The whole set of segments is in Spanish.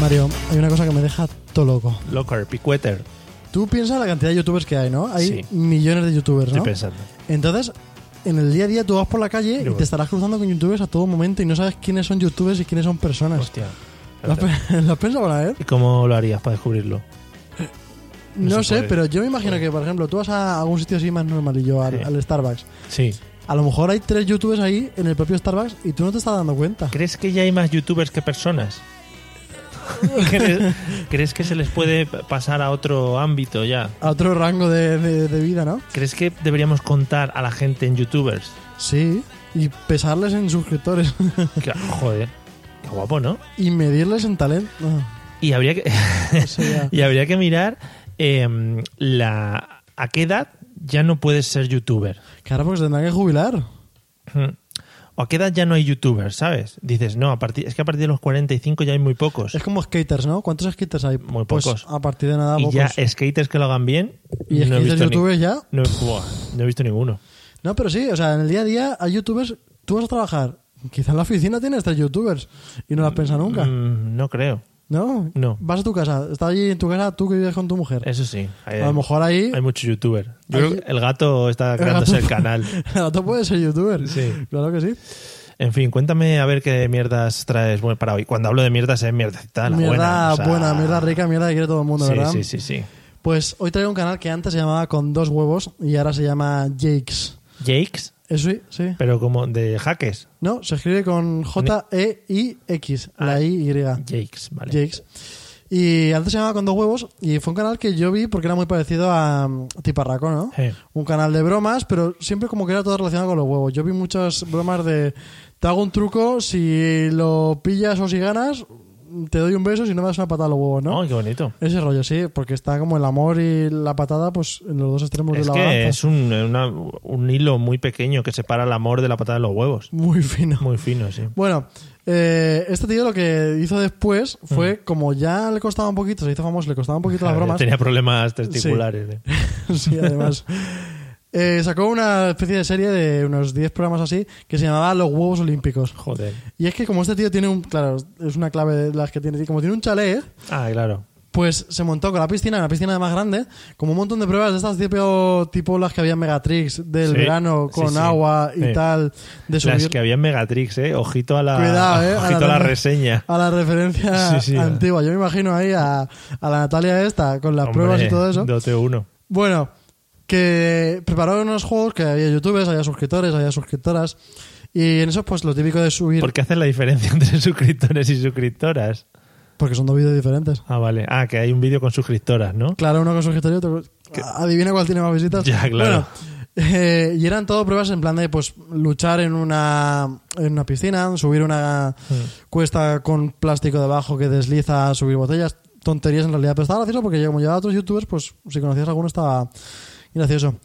Mario, hay una cosa que me deja todo loco. Locker, Pickwetter. Tú piensas la cantidad de youtubers que hay, ¿no? Hay Sí. millones de youtubers, Estoy ¿no? pensando. Entonces, en el día a día tú vas por la calle y Yo voy. te estarás cruzando con youtubers a todo momento y no sabes quiénes son youtubers y quiénes son personas. Hostia. ¿Lo has, pe- lo has pensado alguna vez? ¿Y cómo lo harías para descubrirlo? No, No se sé, puede. pero yo me imagino que, por ejemplo, tú vas a algún sitio así más normalillo, al, Sí. al Starbucks. Sí. A lo mejor hay tres youtubers ahí en el propio Starbucks y tú no te estás dando cuenta. ¿Crees que ya hay más youtubers que personas? ¿Crees, crees que se les puede pasar a otro ámbito ya? A otro rango de, de- de vida, ¿no? ¿Crees que deberíamos contar a la gente en youtubers? Sí. Y pesarles en suscriptores Que- joder, qué guapo, ¿no? y medirles en talento. Ah, Y habría que, O sea, y habría que mirar em, la, a qué edad ya no puedes ser youtuber. claro, porque se tendrán que jubilar. Mm. O a qué edad ya no hay youtubers, ¿sabes? Dices, no, a partir, es que a partir de los 45 ya hay muy pocos. Es como skaters, ¿no? ¿Cuántos skaters hay? Muy Pues, pocos. a partir de nada, Y pocos. ya skaters que lo hagan bien, Y no, he skaters visto ni- youtubers ya. no- buah, no he visto ninguno. No, pero sí, o sea, en el día a día hay youtubers. Tú vas a trabajar. Quizás en la oficina tienes tres youtubers y no las piensas nunca. Mm, no creo. ¿No? No. Vas a tu casa, estás allí en tu casa, tú que vives con tu mujer. Eso sí. Hay, a lo mejor ahí. hay mucho youtuber. Yo Hay- creo que el gato está creándose el gato- canal. Ahora tú puedes ser youtuber. Sí. Claro que sí. En fin, cuéntame a ver qué mierdas traes bueno, para hoy. Cuando hablo de mierdas es mierdecita, Ah, la buena. mierda o sea- buena, mierda rica, mierda que quiere todo el mundo, sí, ¿verdad? sí, sí, sí. Pues hoy traigo un canal que antes se llamaba Con dos huevos y ahora se llama Jakes. Jakes, Eso sí, sí. pero como de jaques. No, se escribe con J-E-I-X, la I-Y. Jakes, E. Ah. vale. Jakes. Y antes se llamaba Con dos huevos y fue un canal que yo vi porque era muy parecido a mm, Tiparraco, ¿no? Eh, un canal de bromas, pero siempre como que era todo relacionado con los huevos. Yo vi muchas bromas de te hago un truco, si lo pillas o si ganas, te doy un beso, si no me das una patada a los huevos, ¿no? oh, qué bonito. Ese rollo, sí, porque está como el amor y la patada, pues en los dos extremos Es de la que balanza. es un, una- un hilo muy pequeño que separa el amor de la patada de los huevos. Muy fino. Muy fino, sí. Bueno, eh, este tío lo que hizo después fue, como ya le costaba un poquito, se hizo famoso, le costaba un poquito las bromas. Mm. Tenía problemas testiculares. eh. sí, además. Eh, sacó una especie de serie de unos 10 programas así que se llamaba Los Huevos Olímpicos. Joder. Y es que como este tío tiene un, claro, es una clave de las que tiene, como tiene un chalet, Ah, claro. pues se montó con la piscina, una piscina más grande, como un montón de pruebas de estas tipo, tipo las que había en Megatrix, del Sí, verano, sí, con sí. agua y Sí. tal, de Las subir que había en Megatrix, eh. Ojito a la, Cuidado, eh, ojito a la, re- reseña. a la referencia Sí, sí, a- antigua. Yo me imagino ahí a, a la Natalia esta, con las Hombre, pruebas y todo eso. 2T1. Bueno, que preparó unos juegos que había youtubers, había suscriptores, había suscriptoras, y en eso pues lo típico de subir, ¿Por qué haces la diferencia entre suscriptores y suscriptoras? porque son dos vídeos diferentes. Ah, vale. Ah, que hay un vídeo con suscriptoras, ¿no? Claro, uno con sugestorio, otro con- Adivina cuál tiene más visitas. Ya, claro. Bueno, eh, y eran todo pruebas en plan de pues luchar en una, en una piscina, subir una Mm. cuesta con plástico debajo que desliza, subir botellas. Tonterías en realidad, pero estaba gracioso porque yo, como llevaba a otros youtubers, pues si conocías alguno estaba gracioso.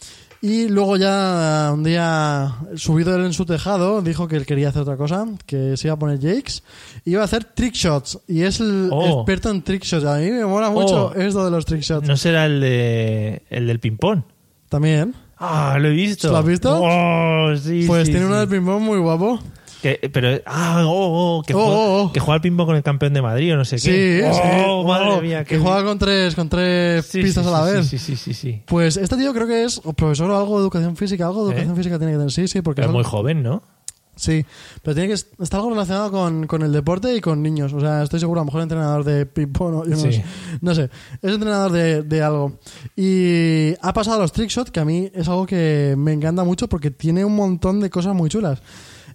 Y luego ya un día, subido él en su tejado, dijo que él quería hacer otra cosa, que se iba a poner Jakes, y iba a hacer trick shots, y es el Oh. experto en trick shots. A mí me mola mucho Oh. esto de los trick shots. ¿No será el, de, el del ping-pong? También. Ah, lo he visto. ¿Lo has visto? Oh, sí, Pues sí, tiene sí. uno del ping-pong muy guapo. Que- pero, ah, oh, oh, que, Oh, juega, oh, oh. que juega al ping-pong con el campeón de Madrid o no sé Sí, qué. sí. Oh, madre Oh, mía. Que qué- juega con tres, con tres Sí, pistas sí, a la sí, vez. Sí, sí, sí, sí. Pues este tío creo que es o profesor o algo de educación física. Algo de ¿Eh? educación física tiene que tener. Sí, sí, porque Pero es son- muy joven, ¿no? Sí, pero tiene que estar algo relacionado con, con el deporte y con niños. O sea, estoy seguro, a lo mejor entrenador de ping-pong o yo no, Sí. sé. No sé. Es entrenador de, de algo. Y ha pasado a los trickshots, que a mí es algo que me encanta mucho porque tiene un montón de cosas muy chulas.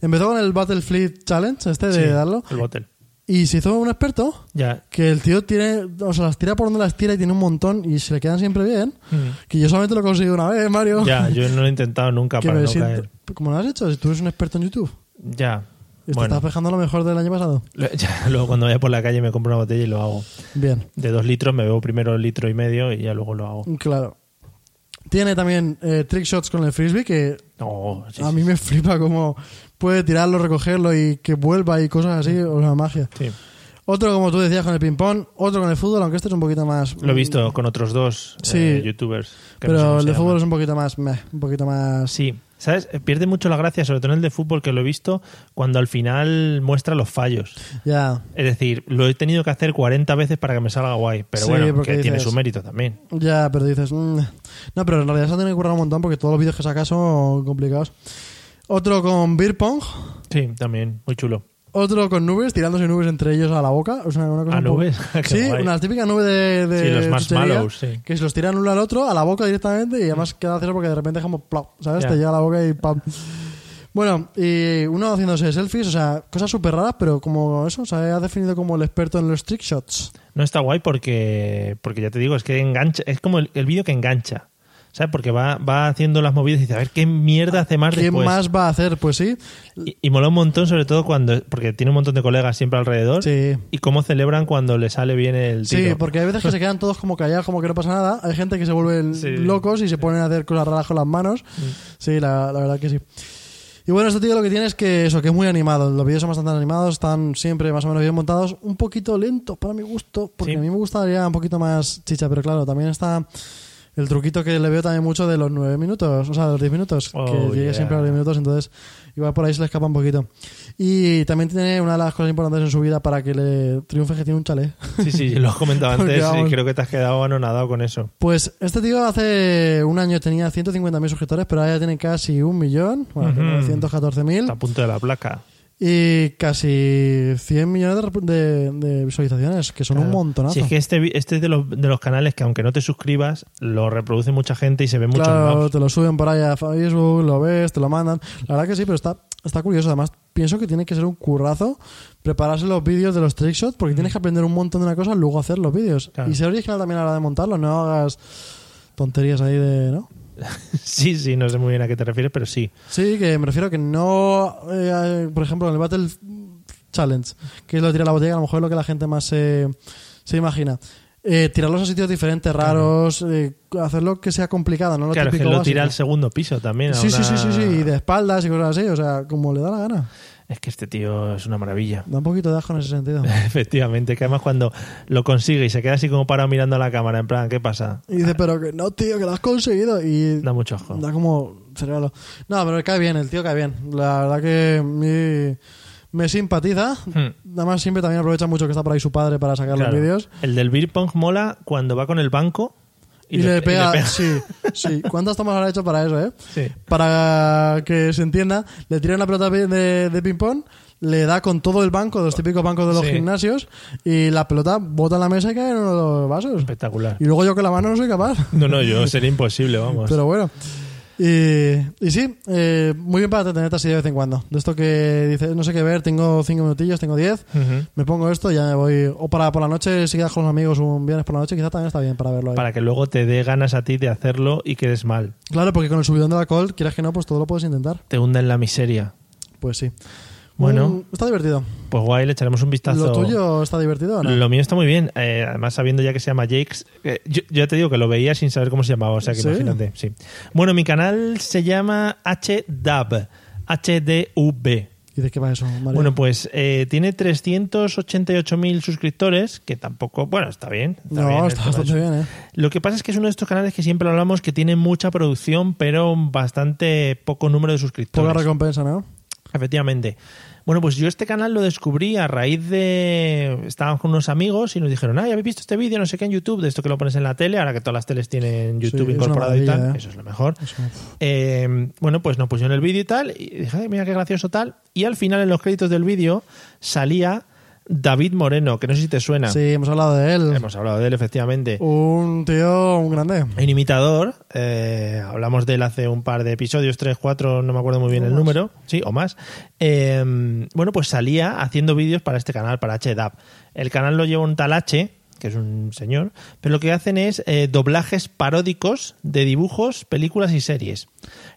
Empezó con el Battlefield Challenge, este de Sí, darlo. El botel. Y se hizo un experto Ya. que el tío tiene, o sea, las tira por donde las tira y tiene un montón y se le quedan siempre bien. Mm. Que yo solamente lo he conseguido una vez, Mario. Ya, yo no lo he intentado nunca que para me no siento- caer. ¿Cómo lo has hecho? Si tú eres un experto en YouTube. Ya. Y te Bueno, estás dejando lo mejor del año pasado. lo- ya, luego cuando vaya por la calle me compro una botella y lo hago. Bien, De dos litros me bebo primero el litro y medio y ya luego lo hago. claro. Tiene también eh, trick shots con el frisbee que No, sí, a sí, mí me flipa cómo puede tirarlo, recogerlo y que vuelva y cosas así, o sea, magia. sí. Otro, como tú decías, con el ping-pong, otro con el fútbol, aunque este es un poquito más. Lo he visto con otros dos Sí. eh, youtubers. que no sé Pero el cómo de se llaman. fútbol es un poquito más. meh, un poquito más. Sí, ¿sabes? Eh, Pierde mucho la gracia, sobre todo en el de fútbol, que lo he visto cuando al final muestra los fallos. Ya, Es decir, lo he tenido que hacer 40 veces para que me salga guay, pero Sí, bueno, porque que tiene dices- su mérito también. ya, pero dices. mm. No, pero en realidad se ha tenido que currar un montón porque todos los vídeos que sacas son complicados. Otro con beer pong. Sí, también, muy chulo. Otro con nubes, tirándose nubes entre ellos a la boca. Es una, una cosa ¿A un poco- nubes? Ah, Qué Sí, guay. una típica nube de. de Sí, los chuchería, marshmallows, sí. Que se los tiran uno al otro, a la boca directamente, y además queda cero porque de repente dejamos. plop, ¿Sabes? Mm. Ya. Te llega a la boca y pam. Bueno, y uno haciéndose selfies, o sea, cosas súper raras, pero como eso, o sea, ha definido como el experto en los trick shots. No está guay porque, porque ya te digo, es que engancha, es como el, el vídeo que engancha. ¿Sabes? Porque va, va haciendo las movidas y dice, a ver qué mierda hace más ¿Quién después. más va a hacer? Pues sí. Y, y mola un montón, sobre todo cuando, porque tiene un montón de colegas siempre alrededor. Sí. Y cómo celebran cuando le sale bien el tiro. Sí, porque hay veces que se quedan todos como callados, como que no pasa nada. Hay gente que se vuelven Sí. Mm. locos y se ponen a hacer cosas raras con las manos. Sí, la, la verdad que sí. Y bueno, este tío lo que tiene es que eso, que es muy animado. Los vídeos son bastante animados, están siempre más o menos bien montados. Un poquito lento para mi gusto, porque Sí. a mí me gustaría un poquito más chicha, pero claro, también está el truquito que le veo también mucho de los 9 minutos, o sea, de los 10 minutos, Oh, que llegue yeah. siempre a los 10 minutos, entonces igual por ahí se le escapa un poquito. Y también tiene una de las cosas importantes en su vida para que le triunfe, que tiene un chalet. Sí, sí, lo has comentado Porque antes vamos. y creo que te has quedado anonadado con eso. Pues este tío hace un año tenía 150.000 suscriptores, pero ahora ya tiene casi un millón, bueno, Ujú. 914.000 Está a punto de la placa. y casi 100 millones de rep- de, de visualizaciones, que son un Claro. montonazo. Si es que este, vi- este es de los, de los canales que aunque no te suscribas, lo reproduce mucha gente y se ve mucho claro, te lo suben por ahí a Facebook, lo ves, te lo mandan. La verdad que sí, pero está, está curioso. Además, pienso que tiene que ser un currazo prepararse los vídeos de los trickshots porque tienes que aprender un montón de una cosa luego hacer los vídeos. Claro. Y ser original también a la hora de montarlos, no hagas tonterías ahí de, ¿no? Sí, sí, no sé muy bien a qué te refieres, pero sí. Sí, que me refiero a que no, eh, por ejemplo, en el Battle Challenge, que es lo de tirar la botella, que a lo mejor es lo que la gente más se, se imagina. Eh, tirarlos a sitios diferentes, raros, eh, hacerlo que sea complicado, no lo claro, es que típico lo básico. tira al segundo piso también. a Sí, sí, una- sí, sí, sí, y de espaldas y cosas así, o sea, como le da la gana. Es que este tío es una maravilla. Da un poquito de asco en ese sentido. Efectivamente, que además cuando lo consigue y se queda así como parado mirando a la cámara, en plan, ¿qué pasa? Y dice, pero que no, tío, que lo has conseguido. Y Da mucho ojo. Da como cerebro. No, pero cae bien, el tío cae bien. La verdad que mi- me simpatiza. Hmm. Además, siempre también aprovecha mucho que está por ahí su padre para sacar Claro. los vídeos. El del beer pong mola cuando va con el banco Y, le, pega, pega. Sí, sí. ¿Cuántas tomas habrá hecho para eso, eh? Sí. Para que se entienda, le tira una pelota de, de- de ping-pong, le da con todo el banco, los típicos bancos de los Sí. gimnasios, y la pelota bota en la mesa y cae en uno de los vasos. Espectacular. Y luego yo con la mano no soy capaz. No, no, yo sería imposible, vamos. Pero bueno. Y, y sí, eh, muy bien para tenerte así de vez en cuando. De esto que dices, no sé qué ver, tengo cinco minutillos, tengo 10, Ujú. me pongo esto y ya me voy. O para por la noche, si quedas con los amigos un viernes por la noche, quizá también está bien para verlo ahí. Para que luego te dé ganas a ti de hacerlo y quedes mal. Claro, porque con el subidón del alcohol, quieras que no, pues todo lo puedes intentar. Te hunda en la miseria. Pues sí. Bueno. Mm, está divertido. Pues guay, le echaremos un vistazo. ¿Lo tuyo está divertido o no? Lo mío está muy bien. Eh, además, sabiendo ya que se llama Jakes, eh, yo, yo ya te digo que lo veía sin saber cómo se llamaba, o sea que ¿Sí? imagínate. Sí. Bueno, mi canal se llama HDAB. HDV. ¿Y de qué va eso? Mario? Bueno, pues eh, tiene 388.000 suscriptores, que tampoco, bueno, está bien. Está no, bien, está esto no es- bastante bien, ¿eh? Lo que pasa es que es uno de estos canales que siempre hablamos que tiene mucha producción, pero bastante poco número de suscriptores. Poca recompensa, ¿no? Efectivamente. Bueno, pues yo este canal lo descubrí a raíz de... Estábamos con unos amigos y nos dijeron, ah, ya habéis visto este vídeo, no sé qué, en YouTube, de esto que lo pones en la tele, ahora que todas las teles tienen YouTube Sí, es una incorporado y maravilla, tal, ¿eh? eso es lo mejor. Eso. Eh, bueno, pues nos pusieron el vídeo y tal, y dije, "Ay, mira qué gracioso tal, y al final en los créditos del vídeo salía David Moreno, que no sé si te suena. Sí, hemos hablado de él. Hemos hablado de él, efectivamente. Un tío, un grande. Un imitador. eh, hablamos de él hace un par de episodios, tres, cuatro, no me acuerdo muy bien el número, sí, o más. Eh, bueno, pues salía haciendo vídeos para este canal, para HDAP. El canal lo lleva un tal H, que es un señor, pero lo que hacen es eh, doblajes paródicos de dibujos, películas y series.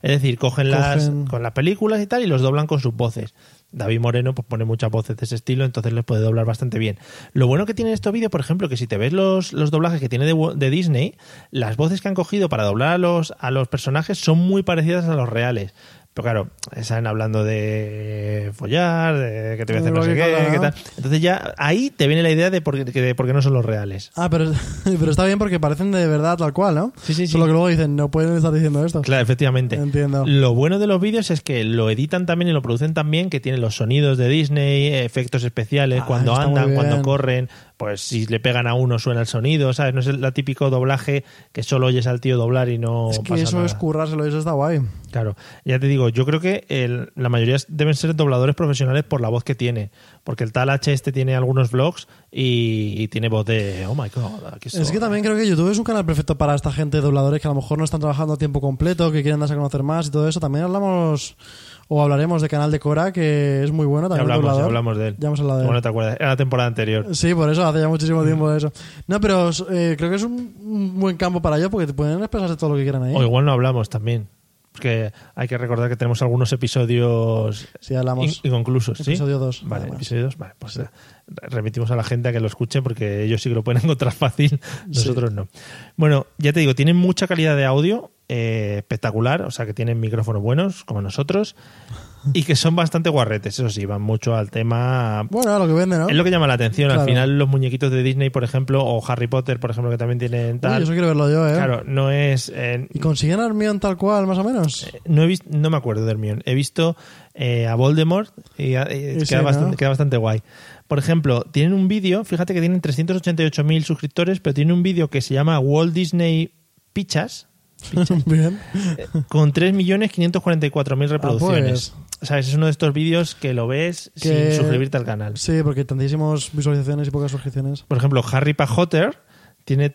Es decir, cogen, las, Cogen- con las películas y tal y los doblan con sus voces. David Moreno pues, pone muchas voces de ese estilo, entonces les puede doblar bastante bien. Lo bueno que tienen estos vídeos, por ejemplo, que si te ves los, los doblajes que tiene de, Wo- de Disney, las voces que han cogido para doblar a los, a los personajes son muy parecidas a los reales. Pero claro, están hablando de follar, de que te voy a hacer no Lo sé que qué, cada- qué tal. Entonces ya ahí te viene la idea de por qué, de por qué no son los reales. Ah, pero, pero está bien porque parecen de verdad tal cual, ¿no? Sí, sí, sí. Solo que luego dicen, no pueden estar diciendo esto. Claro, efectivamente. Entiendo. Lo bueno de los vídeos es que lo editan también y lo producen también, que tienen los sonidos de Disney, efectos especiales, Ah, cuando está muy andan, cuando bien. corren, pues si le pegan a uno suena el sonido, ¿sabes? No es el la típico doblaje que solo oyes al tío doblar y no es que pasa eso nada. es currárselo, eso está guay. Claro, ya te digo, yo creo que el- la mayoría deben ser dobladores profesionales por la voz que tiene, porque el tal H este tiene algunos vlogs y, y tiene voz de, oh my god, aquí Es que también creo que YouTube es un canal perfecto para esta gente de dobladores que a lo mejor no están trabajando a tiempo completo, que quieren darse a conocer más y todo eso. También hablamos o hablaremos de Canal de Cora, que es muy bueno Ya también. hablamos, ya doblador. hablamos de él. Ya hemos hablado de él. Bueno, te acuerdas, era la temporada anterior. Sí, por eso, hace ya muchísimo tiempo de eso. No, pero eh, creo que es un, un buen campo para ello porque te pueden expresarse todo lo que quieran ahí. O igual no hablamos también, porque hay que recordar que tenemos algunos episodios si hablamos. in- inconclusos, ¿sí? Episodio dos. Vale, Nada más. episodio 2, vale, pues eh, remitimos a la gente a que lo escuche porque ellos sí que lo pueden encontrar fácil, nosotros no. Bueno, ya te digo, tienen mucha calidad de audio, eh, espectacular, o sea que tienen micrófonos buenos, como nosotros, y que son bastante guarretes, eso sí, van mucho al tema... Bueno, lo que vende, ¿no? Es lo que llama la atención, al Claro. final los muñequitos de Disney, por ejemplo, o Harry Potter, por ejemplo, que también tienen Uy, tal... eso quiero verlo yo, ¿eh? Claro, no es... eh, ¿Y consiguen a Hermione tal cual, más o menos? No, he vis- no me acuerdo de Hermione. He visto eh, a Voldemort y, a- y Sí, queda, ¿no? bastante, queda bastante guay. Por ejemplo, tienen un vídeo, fíjate que tienen 388.000 suscriptores, pero tienen un vídeo que se llama Walt Disney Pichas Bien. eh, con 3.544.000 Ah, pues. reproducciones. O sea, es uno de estos vídeos que lo ves Que- sin suscribirte al canal. Sí, porque tantísimos visualizaciones y pocas suscripciones. Por ejemplo, Harry Potter tiene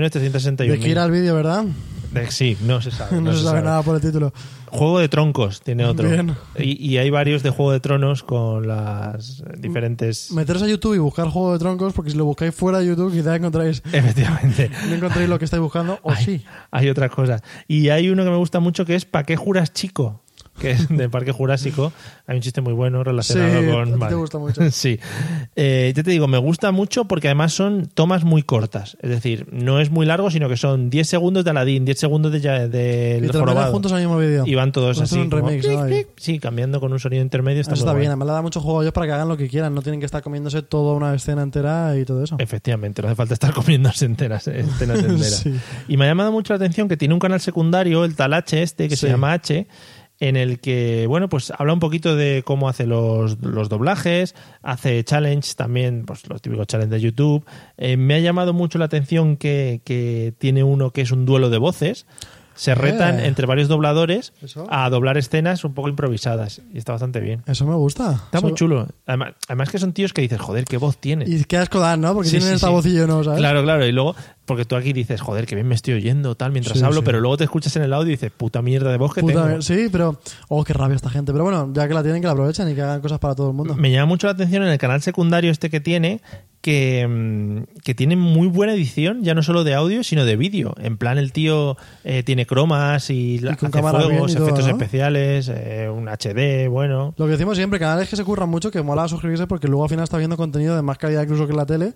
3.361.000. De que ir al vídeo, ¿verdad? De- Sí, no se sabe. No, se sabe nada por el título. Juego de Troncos tiene otro. Bien. Y, y hay varios de Juego de Tronos con las eh, diferentes. Meteros a YouTube y buscar Juego de Troncos, porque si lo buscáis fuera de YouTube, quizá encontráis, Efectivamente. no encontréis lo que estáis buscando, o Hay- sí. Hay otras cosas. Y hay uno que me gusta mucho que es ¿Para qué juras chico? Que es de Parque Jurásico. Hay un chiste muy bueno relacionado Sí, con. a ti te vale. gusta mucho. sí. Eh, ya te digo, me gusta mucho porque además son tomas muy cortas. Es decir, no es muy largo, sino que son 10 segundos de Aladdin, 10 segundos de, ya- de Y te lo El metes Jorobado. juntos al mismo vídeo. Y van todos Hacen así. un como remix, clic, ¿no? Ahí. clic. Sí, cambiando con un sonido intermedio. Está, Eso está muy guay. bien, además le da mucho juego a ellos para que hagan lo que quieran, no tienen que estar comiéndose toda una escena entera y todo eso. Efectivamente, no hace falta estar comiéndose enteras, eh, escenas enteras. Sí. Y me ha llamado mucho la atención que tiene un canal secundario, el tal H este, que se Sí. llama H, en el que, bueno, pues habla un poquito de cómo hace los, los doblajes, hace challenge también, pues los típicos challenges de YouTube. Eh, me ha llamado mucho la atención que, que tiene uno que es un duelo de voces. Se retan Eh. entre varios dobladores Eso. a doblar escenas un poco improvisadas. Y está bastante bien. Eso me gusta. Está muy Eso- chulo. Además, además que son tíos que dices, joder, qué voz tiene. Y qué asco dan, ¿no? Porque Sí, tienen sí, esta sí. voz y yo no, ¿sabes? Claro, claro. Y luego, porque tú aquí dices, joder, que bien me estoy oyendo, tal, mientras Sí, hablo, sí. pero luego te escuchas en el audio y dices, puta mierda de voz que Puta, tengo. sí, pero. Oh, qué rabia esta gente. Pero bueno, ya que la tienen, que la aprovechen y que hagan cosas para todo el mundo. Me llama mucho la atención en el canal secundario este que tiene, que, mm, que tiene muy buena edición, ya no solo de audio, sino de vídeo. En plan, el tío eh, tiene cromas y, la- con hace cámara bien y fuegos, todo, efectos ¿no? especiales, eh, un HD, bueno. Lo que decimos siempre, canales que se curran mucho, que mola suscribirse porque luego al final está viendo contenido de más calidad incluso que la tele.